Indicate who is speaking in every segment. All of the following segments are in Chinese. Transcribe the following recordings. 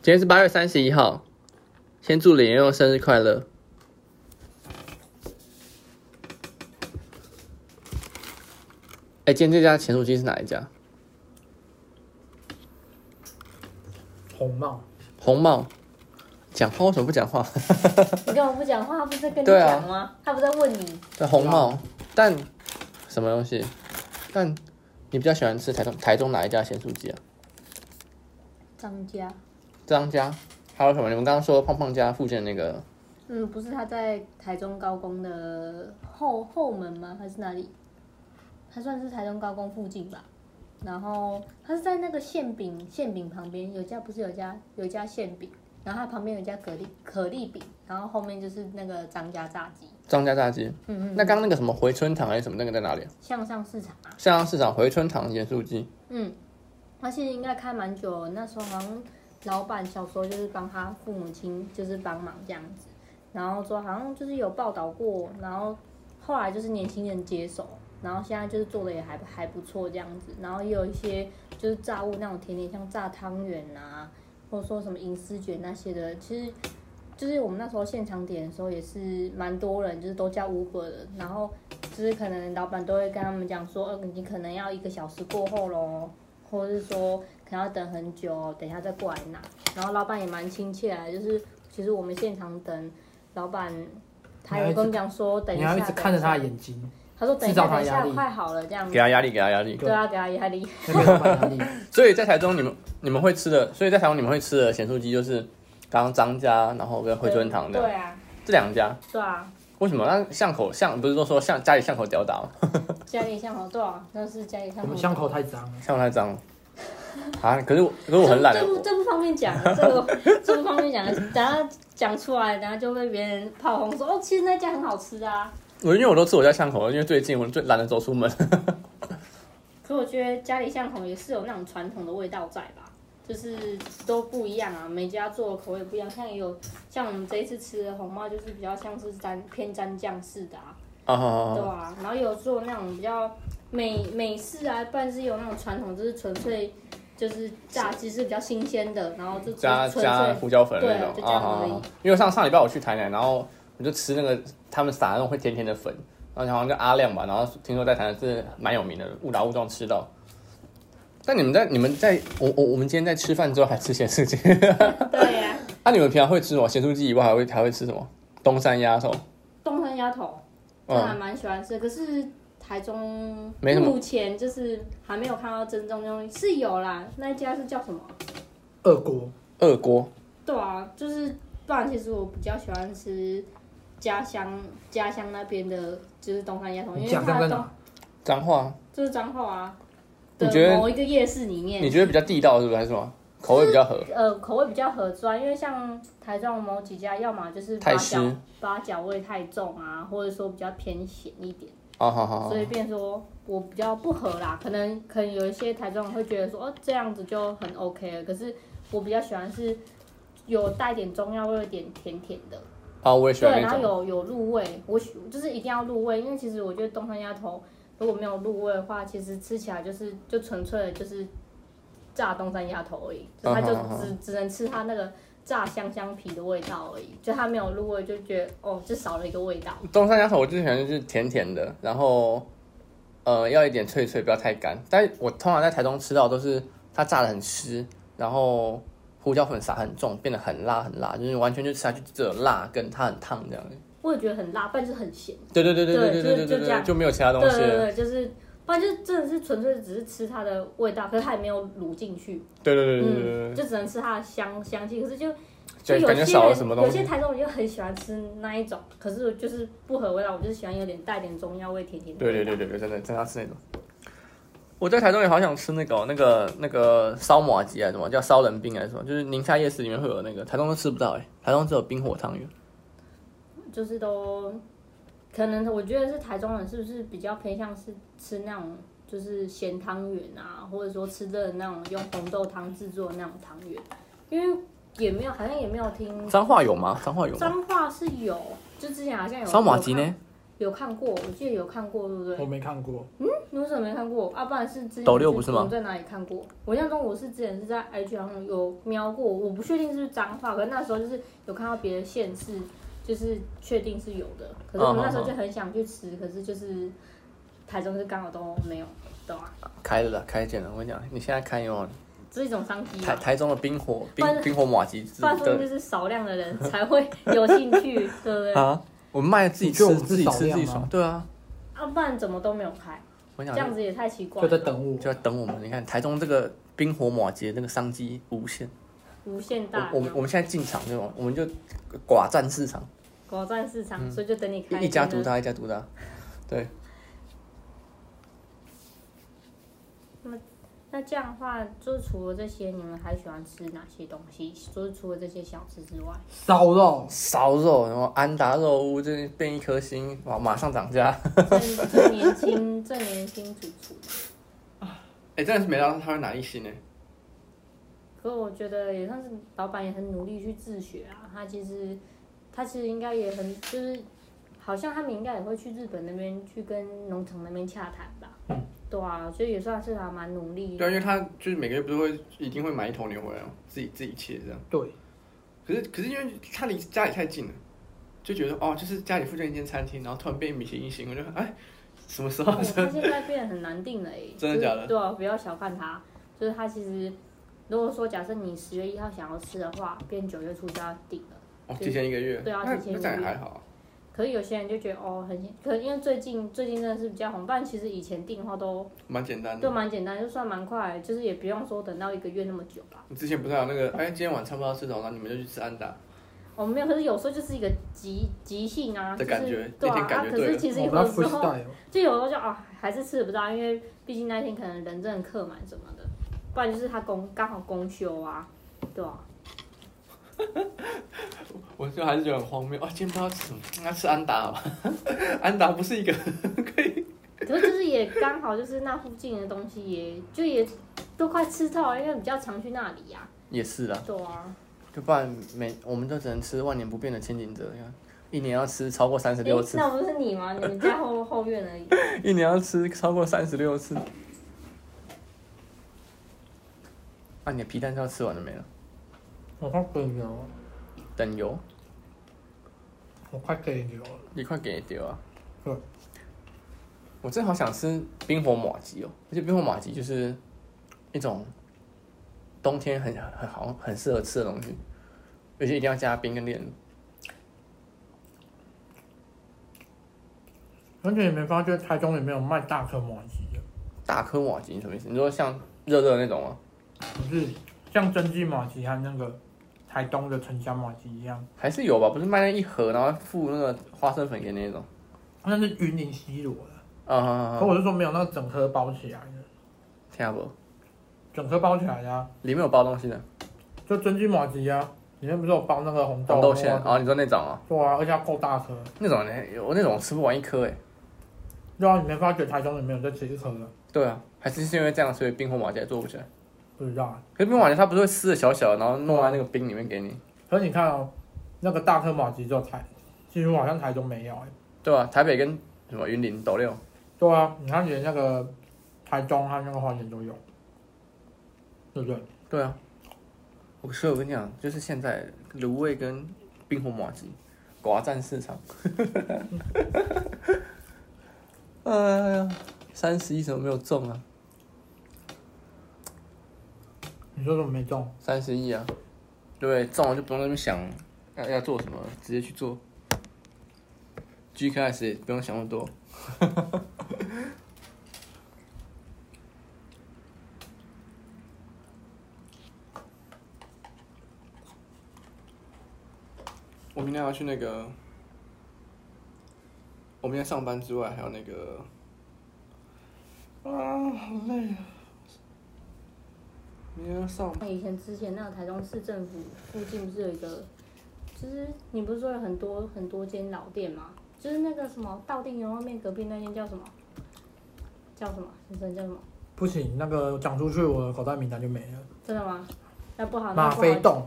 Speaker 1: 今天是八月三十一号，先祝林佑生日快乐。哎，今天这家咸酥鸡是哪一家？
Speaker 2: 红帽，
Speaker 1: 红帽。讲话为什么不讲 话？
Speaker 3: 你干嘛不讲话？他不是在跟你
Speaker 1: 对啊
Speaker 3: 讲吗？他不是在问你，
Speaker 1: 对，红帽。但什么东西？但你比较喜欢吃台中台中哪一家咸酥鸡啊？
Speaker 3: 张家，
Speaker 1: 张家，还有什么？你们刚刚说胖胖家附近的那个
Speaker 3: 嗯，不是他在台中高工的后后门吗？还是哪里？他算是台中高工附近吧。然后他是在那个馅饼馅饼旁边有家不是有家有家馅饼，然后它旁边有家可丽可丽饼，然后后面就是那个张家炸鸡，
Speaker 1: 张家炸鸡。
Speaker 3: 嗯嗯，
Speaker 1: 那刚刚那个什么回春堂还是什么那个在哪里啊？
Speaker 3: 向上市场啊，
Speaker 1: 向阳市场回春堂盐酥鸡。
Speaker 3: 嗯，他其实应该开蛮久了，那时候好像老板小时候就是帮他父母亲就是帮忙这样子，然后说好像就是有报道过，然后后来就是年轻人接手，然后现在就是做的也还还不错这样子，然后也有一些就是炸物那种甜点，像炸汤圆啊，或者说什么银丝卷那些的，其实。就是我们那时候现场点的时候，也是蛮多人，就是都叫 Uber 的，然后就是可能老板都会跟他们讲说，呃，你可能要一个小时过后喽，或者是说可能要等很久，等一下再过来拿。然后老板也蛮亲切的，就是其实我们现场等老板，他有跟我讲说，等一
Speaker 2: 你
Speaker 3: 下，
Speaker 2: 要一直看着他的
Speaker 3: 等一下
Speaker 2: 眼睛，
Speaker 3: 他说等一
Speaker 2: 制造
Speaker 3: 下，
Speaker 2: 他的
Speaker 3: 等一
Speaker 2: 压
Speaker 3: 下，
Speaker 2: 力
Speaker 3: 快好了这样
Speaker 1: 给
Speaker 3: 子。
Speaker 1: 他压力，给他压力。
Speaker 3: 对啊，给他压力。
Speaker 2: 那个老板压力。
Speaker 1: 所以在台中你们你们会吃的，所以在台中你们会吃的咸酥鸡就是刚刚张家，然后跟回春堂
Speaker 3: 对
Speaker 1: 的
Speaker 3: 啊，
Speaker 1: 这两家。
Speaker 3: 对啊，
Speaker 1: 为什么？那巷口巷不是都说巷家里巷口屌打吗？
Speaker 3: 家里巷口对啊，那是家里巷口。
Speaker 2: 我们巷口太脏了，
Speaker 1: 巷口太脏了啊！可是我可是我很懒
Speaker 3: 这
Speaker 1: 的，
Speaker 3: 这不这不方便讲，啊这个 这不方便讲，啊等下讲出来，等下就被别人炮轰说哦，其实那家很好吃啊。
Speaker 1: 我因为我都吃我家巷口，因为最近我最懒得走出门。
Speaker 3: 可我觉得家里巷口也是有那种传统的味道在吧，就是都不一样啊，每家做的口味不一样。像也有像我们这一次吃的红帽，就是比较像是沾偏沾酱式的啊，对
Speaker 1: 哦，
Speaker 3: 啊，然后有做那种比较美美式啊，不然是有那种传统，就是纯粹就是炸鸡是比较新鲜的，然后就
Speaker 1: 加
Speaker 3: 纯纯
Speaker 1: 加
Speaker 3: 粹
Speaker 1: 胡椒粉
Speaker 3: 对
Speaker 1: 那种
Speaker 3: 就这样而已
Speaker 1: 啊！因为上上礼拜我去台南，然后我就吃那个他们撒的那种会甜甜的粉，然后好像叫阿亮吧，然后听说在台南是蛮有名的，误打误撞吃到。但你们在你们在我我我们今天在吃饭之后还吃咸酥鸡，
Speaker 3: 对呀、啊，
Speaker 1: 那、你们平常会吃什么？咸酥鸡以外还会还会吃什么？东山鸭头，
Speaker 3: 东山鸭头。这还
Speaker 1: 嗯，
Speaker 3: 蛮喜欢吃的，可是台中
Speaker 1: 没什么
Speaker 3: 目前就是还没有看到正宗东西，是有啦，那一家是叫什么？
Speaker 2: 二锅
Speaker 1: 二锅
Speaker 3: 对啊，就是不然其实我比较喜欢吃家乡家乡那边的，就是东山鸭哦头，因
Speaker 2: 你
Speaker 3: 为
Speaker 2: 讲这样
Speaker 3: 它
Speaker 2: 在
Speaker 3: 的
Speaker 2: 哪
Speaker 3: 东
Speaker 1: 脏话，
Speaker 3: 就是彰化啊
Speaker 1: 你觉得
Speaker 3: 的某一个夜市里面，
Speaker 1: 你觉得比较地道是不是？还是什么？口味比较 合，
Speaker 3: 呃，口味比较合专，因为像台中某几家，要么就是八
Speaker 1: 太湿
Speaker 3: 角八角味太重啊，或者说比较偏咸一点。
Speaker 1: 啊好好好
Speaker 3: 所，以变说我比较不合啦，可能可能有一些台中人会觉得说哦这样子就很 OK 了，可是我比较喜欢是有带点中药味，有点甜甜的，
Speaker 1: 啊我也喜欢
Speaker 3: 对，
Speaker 1: 那
Speaker 3: 然
Speaker 1: 种
Speaker 3: 后。有有入味，我喜就是一定要入味，因为其实我觉得东山鸭头如果没有入味的话，其实吃起来就是就纯粹的就是炸东山鸭头而已，就它就
Speaker 1: 嗯嗯嗯
Speaker 3: 只只能吃它那个炸香香皮的味道而已，就它没有入味就觉得哦就少了一个味道，
Speaker 1: 东山鸭头我最喜欢就是甜甜的，然后呃要一点脆脆，不要太干。但我通常在台中吃到都是它炸的很湿，然后胡椒粉撒很重，变得很辣很辣，就是完全就吃下去只有辣跟它很烫这样。
Speaker 3: 我也觉得很辣，但是很咸。
Speaker 1: 对对对对对对
Speaker 3: 对就
Speaker 1: 对
Speaker 3: 就
Speaker 1: 对
Speaker 3: 这
Speaker 1: 对，
Speaker 3: 样
Speaker 1: 就没有其他东西
Speaker 3: 对对
Speaker 1: 了。
Speaker 3: 对，就是，不然就是真的是纯粹只是吃它的味道，可是它也没有卤进去，
Speaker 1: 对对对对对对
Speaker 3: 嗯，就只能吃它的香香气。可是就
Speaker 1: 对，就
Speaker 3: 有
Speaker 1: 感觉
Speaker 3: 些
Speaker 1: 少了
Speaker 3: 人
Speaker 1: 什么
Speaker 3: 有
Speaker 1: 东
Speaker 3: 些
Speaker 1: 西。
Speaker 3: 台中人就很喜欢吃那一种，可是我就是不合味道，我就是喜欢有点带点中药味，甜甜的。
Speaker 1: 对对对。对对，真的真的要吃那种。我在台中也好想吃那个哦、那个那个烧马鸡还是什么，叫烧冷冰还是什么，就是宁夏夜市里面会有那个，台中都吃不到哎、台中只有冰火汤圆。
Speaker 3: 就是都，可能我觉得是台中人是不是比较偏向是吃那种就是咸汤圆啊，或者说吃的那种用红豆汤制作的那种汤圆，因为也没有好像也没有听
Speaker 1: 脏话有吗？脏话有吗？
Speaker 3: 彰化是有，就之前好像有
Speaker 1: 烧马吉呢？
Speaker 3: 有看过，我记得有看过，对不对？
Speaker 2: 我没看过，
Speaker 3: 嗯，你为什么没看过？啊，不然是之前
Speaker 1: 斗六不是吗
Speaker 3: 我在哪里看过？我印象中我是之前是在 IG 好像有瞄过，我不确定是不是脏话，可是那时候就是有看到别的县市，就是确定是有的。可是
Speaker 1: 嗯
Speaker 3: 我们那时候就很想去吃，可是就是台中就刚好都没有，懂啊？
Speaker 1: 开了啦，开见了。我跟你讲，你现在开有
Speaker 3: 这是一种商机
Speaker 1: 台
Speaker 3: 嘛，
Speaker 1: 台中的冰火
Speaker 3: 不然
Speaker 1: 冰冰火马吉之
Speaker 3: 不然说明
Speaker 1: 的
Speaker 3: 就是少量的人才会有兴趣，对不对？啊，
Speaker 1: 啊，我们卖自己
Speaker 2: 你觉
Speaker 1: 吃
Speaker 2: 得我们
Speaker 1: 自己
Speaker 2: 是
Speaker 1: 吃
Speaker 2: 少
Speaker 1: 自
Speaker 2: 量
Speaker 1: 己
Speaker 2: 吗
Speaker 1: 爽，对啊。
Speaker 3: 不然怎么都没有开？
Speaker 1: 我跟
Speaker 3: 这
Speaker 1: 你讲
Speaker 3: 样，子也太奇怪
Speaker 2: 就
Speaker 3: 了。
Speaker 2: 在等我。
Speaker 1: 就要等我们。你看台中这个冰火马吉那个商机无限，
Speaker 3: 无限大
Speaker 1: 我，我们我们现在进场就我们就寡占市场，
Speaker 3: 果占市场，所以就等你开
Speaker 1: 嗯一一家
Speaker 3: 真
Speaker 1: 独
Speaker 3: 的
Speaker 1: 大，一家独大。对，
Speaker 3: 那这样的话，就是除了这些，你们还喜欢吃哪些东西？就是除了这些小吃之外，
Speaker 2: 烧肉，
Speaker 1: 烧肉，然后安达肉屋这变一颗星，哇，马上涨价。
Speaker 3: 正正年轻，正年轻主厨。
Speaker 1: 哎、真的是没料到他会拿一星呢。
Speaker 3: 可我觉得也算是老板也很努力去自学啊。他其实他其实应该也很就是，好像他们应该也会去日本那边去跟农场那边洽谈吧。嗯。对啊，所以也算是还蛮努力。
Speaker 1: 对啊，因为他就是每个月不是会一定会买一头牛回来哦，自己自己切这样。
Speaker 2: 对，
Speaker 1: 可是可是因为他离家里太近了，就觉得哦，就是家里附近一间餐厅，然后突然变米其林星，我就哎，什么时候
Speaker 3: 哦、他现在变得很难定了诶、
Speaker 1: 真的假的
Speaker 3: 就是对啊，不要小看他，就是他其实，如果说假设你十月一号想要吃的话，变九月初就要定了。
Speaker 1: 哦，提前一个月，
Speaker 3: 对啊
Speaker 1: 那
Speaker 3: 提前一个月
Speaker 1: 那这样也还好啊。
Speaker 3: 可是有些人就觉得哦，很可能因为最近最近真的是比较红，不然其实以前订的话都
Speaker 1: 蛮简单
Speaker 3: 都
Speaker 1: 的。
Speaker 3: 蛮简单，就算蛮快，就是也不用说等到一个月那么久吧。
Speaker 1: 你之前不是还有那个，哎，今天晚餐不知道吃什么，你们就去吃安达
Speaker 3: 我、哦、没有，可是有时候就是一个急急性啊，
Speaker 1: 的
Speaker 3: 就是
Speaker 1: 感觉
Speaker 3: 对
Speaker 1: 那
Speaker 3: 啊，
Speaker 1: 天感
Speaker 3: 啊
Speaker 1: 觉
Speaker 3: 可
Speaker 1: 对
Speaker 3: 是
Speaker 1: 了
Speaker 3: 其实
Speaker 2: 我
Speaker 3: 有
Speaker 2: 们要
Speaker 3: 的时候
Speaker 2: freestyle，
Speaker 3: 就有时候就啊，还是吃的不到，因为毕竟那天可能人真的客满什么的，不然就是他公刚好公休啊，对啊，
Speaker 1: 我就还是觉得很荒谬啊！今天不知道吃什么，那吃安达吧。 安达不是一个
Speaker 3: 可是就是也刚好就是那附近的东西也就也都快吃透了，因为比较常去那里呀、
Speaker 1: 也是啦，
Speaker 3: 对啊，
Speaker 1: 就不然每我们就只能吃万年不变的千景泽，你看一年要吃超过三十
Speaker 3: 诶
Speaker 1: 六次，
Speaker 3: 那不是你吗？你们家后后院而已，
Speaker 1: 一年要吃超过三十六次。啊，你的皮蛋是要吃完了没了？
Speaker 2: 我快给你了，
Speaker 1: 等油，
Speaker 2: 我快给你了。
Speaker 1: 你快给丢啊！
Speaker 2: 嗯
Speaker 1: 我真的好想吃冰火马吉哦，而且冰火马吉就是一种冬天很很好很适合吃的东西，而且一定要加冰跟炼乳。
Speaker 2: 而且你没发觉台中也没有卖大颗麻吉的，
Speaker 1: 大颗马吉什么意思？你说像热热的那种吗？
Speaker 2: 不是像真记麻吉和那个台东的城乡麻吉一样，
Speaker 1: 还是有吧？不是卖那一盒，然后附那个花生粉给你那种？
Speaker 2: 那是云林西螺的。
Speaker 1: 啊啊啊
Speaker 2: 可
Speaker 1: 啊！
Speaker 2: 我是说没有那个整颗包起来的，
Speaker 1: 听不？
Speaker 2: 整颗包起来的、啊，
Speaker 1: 里面有包东西的，
Speaker 2: 就真记麻吉啊，里面不是有包那个红豆
Speaker 1: 红豆馅
Speaker 2: 啊？
Speaker 1: 啊？你说那种啊？
Speaker 2: 对啊，而且要够大颗。
Speaker 1: 那种呢，我那种吃不完一颗哎。
Speaker 2: 对啊，你没发觉台中也没有在吃一颗的，
Speaker 1: 对啊，还是是因为这样，所以冰火马甲做不起来。
Speaker 2: 不知道啊。
Speaker 1: 可是冰火马甲它不是会撕的小小的，然后弄在那个冰里面给你。
Speaker 2: 可是你看哦，那个大颗马吉只有台，几乎好像台中没有、欸。
Speaker 1: 对啊，台北跟什么云林斗六，
Speaker 2: 对啊，你看连那个台中和那个花莲都有，对不对？
Speaker 1: 对啊。我所以我跟你讲，就是现在卤味跟冰火马吉寡占市场。 哎呀，三十一怎么没有中啊？
Speaker 2: 你说怎么没中？
Speaker 1: 三十一啊，对，中了就不用那边想要要做什么，直接去做。G K S 也不用想那么多。 我明天要去那个，我明天上班之外还有那个，啊，好累啊！明天要上
Speaker 3: 那以前之前那个台中市政府附近不是有一个，就是你不是说有很多很多间老店吗？就是那个什么道定牛肉面隔壁那间叫什么？叫什么？先生叫什么？
Speaker 2: 不行，那个讲出去我的口袋名单就没了。
Speaker 3: 真的吗？那不好，那
Speaker 2: 马
Speaker 3: 不好
Speaker 2: 飞洞，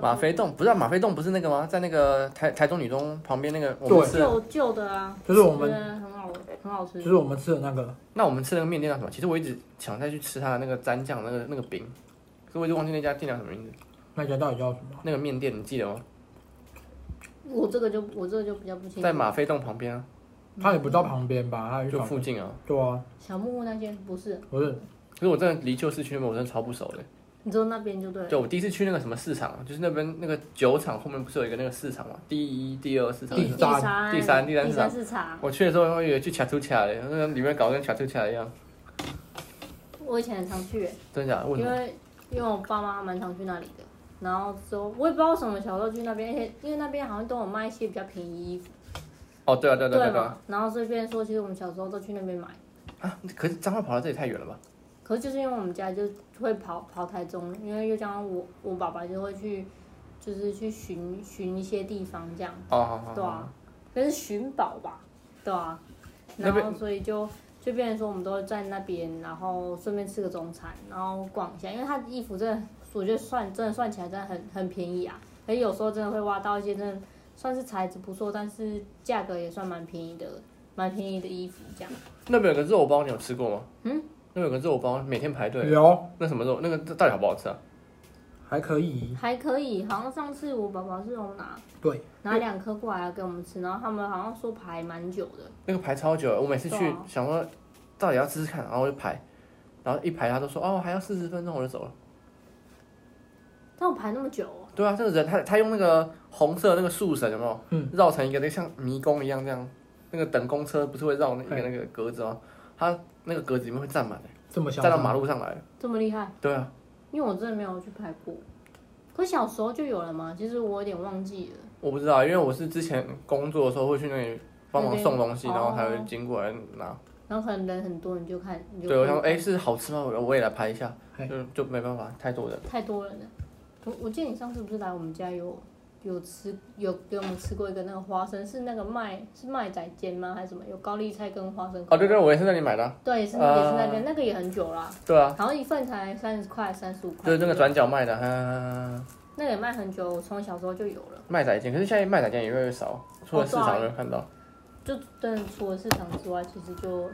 Speaker 1: 马飞洞不是、啊、马飞洞不是那个吗？在那个台台中女中旁边那个我
Speaker 2: 对
Speaker 1: 们吃的
Speaker 3: 旧旧的啊，
Speaker 2: 就是我
Speaker 3: 觉
Speaker 2: 们
Speaker 3: 得很好好很好
Speaker 2: 就
Speaker 3: 吃。
Speaker 2: 是我们吃的那个，
Speaker 1: 那我们吃那个面店叫什么？其实我一直想再去吃它的那个蘸酱那个那个饼，可是我一直忘记那家店叫什么名字。
Speaker 2: 那家到底叫什么？
Speaker 1: 那个面店你记得吗？
Speaker 3: 我这个就我这个就比较不清楚。
Speaker 1: 在马飞洞旁边啊，
Speaker 2: 它也不到旁边吧？它有一
Speaker 1: 就
Speaker 2: 条
Speaker 1: 附近啊。
Speaker 2: 对啊，
Speaker 3: 小木屋那间不是，
Speaker 2: 不是
Speaker 1: 可是我真的离旧市区那边我真的超不熟的。
Speaker 3: 你知道那边就对了。
Speaker 1: 就我第一次去那个什么市场啊，就是那边那个酒厂后面不是有一个那个市场嘛？第一、E 第二市场。
Speaker 2: 第
Speaker 3: 第
Speaker 2: 三
Speaker 3: 三
Speaker 1: 第三第三
Speaker 3: 第
Speaker 1: 市场
Speaker 3: 三市场。
Speaker 1: 我去的时候，我以为去卡图卡的，那个里面搞得跟卡图卡一样，
Speaker 3: 我以前很常去，
Speaker 1: 真的假的？啊为什
Speaker 3: 因
Speaker 1: 么？
Speaker 3: 为因为我爸妈蛮常去那里的，然后之后我也不知道为什么小时候去那边，而且因为那边好像都有卖一些比较便宜衣服，
Speaker 1: 哦，对啊，对啊对啊对啊
Speaker 3: 嘛。然后这边说，其实我们小时候都去那边买，
Speaker 1: 啊！可是彰化跑到这里太远了吧？
Speaker 3: 可是就是因为我们家就会跑跑台中，因为又加上我我爸爸就会去，就是去巡巡一些地方这样，
Speaker 1: 哦，好好。
Speaker 3: 对啊，可是寻宝吧，对啊，
Speaker 1: 那
Speaker 3: 然
Speaker 1: 边
Speaker 3: 后所以就就变成说我们都在那边，然后顺便吃个中餐，然后逛一下，因为他的衣服真的，我觉得算真的算起来真的很很便宜啊，而且有时候真的会挖到一些真的算是材质不错，但是价格也算蛮便宜的，蛮便宜的衣服这样。
Speaker 1: 那边有个肉包，你有吃过吗？
Speaker 3: 嗯，
Speaker 1: 那边有个肉包，每天排队。啊
Speaker 2: 有，
Speaker 1: 那什么肉？那个到底好不好吃啊？
Speaker 2: 还可以，
Speaker 3: 还可以，好像上次我宝宝是有拿
Speaker 2: 对，
Speaker 3: 拿两颗过来要给我们吃，然后他们好像说排蛮久的，
Speaker 1: 那个排超久的，我每次
Speaker 3: 对
Speaker 1: 去
Speaker 3: 啊
Speaker 1: 想说到底要试试看，然后我就排，然后一排他都说哦还要四十分钟我就走了。
Speaker 3: 但我排那么久哦、
Speaker 1: 对啊，这个人他他用那个红色的那个树绳有没有？
Speaker 2: 嗯，
Speaker 1: 绕成一个那个像迷宫一样这样，那个等公车不是会绕那一个
Speaker 2: 嘿
Speaker 1: 那个格子吗？他那个格子里面会站满的，
Speaker 2: 这么小，
Speaker 1: 站到马路上来。
Speaker 3: 这么厉害，
Speaker 1: 对啊，
Speaker 3: 因为我真的没有去排过。可小时候就有了嘛，其实我有点忘记了。
Speaker 1: 我不知道，因为我是之前工作的时候会去那里帮忙
Speaker 3: 那边
Speaker 1: 送东西，
Speaker 3: 哦
Speaker 1: 然后才会经过来拿。
Speaker 3: 然后可能人很多，你就看，你就
Speaker 1: 对，我想说，哎、是好吃吗？我我也来拍一下，嗯
Speaker 2: 嘿
Speaker 1: 就就没办法，太多人。
Speaker 3: 太多人了。我我记得你上次不是来我们家有有吃有给我们吃过一个那个花生，是那个麦是麦仔煎吗？还是什么？有高丽菜跟花生口
Speaker 1: 哦，
Speaker 3: 味。
Speaker 1: 对对，我也是那里买的啊、
Speaker 3: 对，也是、
Speaker 1: 呃
Speaker 3: 也是那边，那个也很久啦，
Speaker 1: 对啊，
Speaker 3: 好像一份才三十块、三十五块。
Speaker 1: 就是那个转角卖的，哈，
Speaker 3: 那个也卖很久，我从小时候就有了，
Speaker 1: 卖仔煎。可是现在卖仔煎也越来越少，除了市
Speaker 3: 哦
Speaker 1: 场
Speaker 3: 对
Speaker 1: 没有看到。
Speaker 3: 就真的除了市场之外，其实就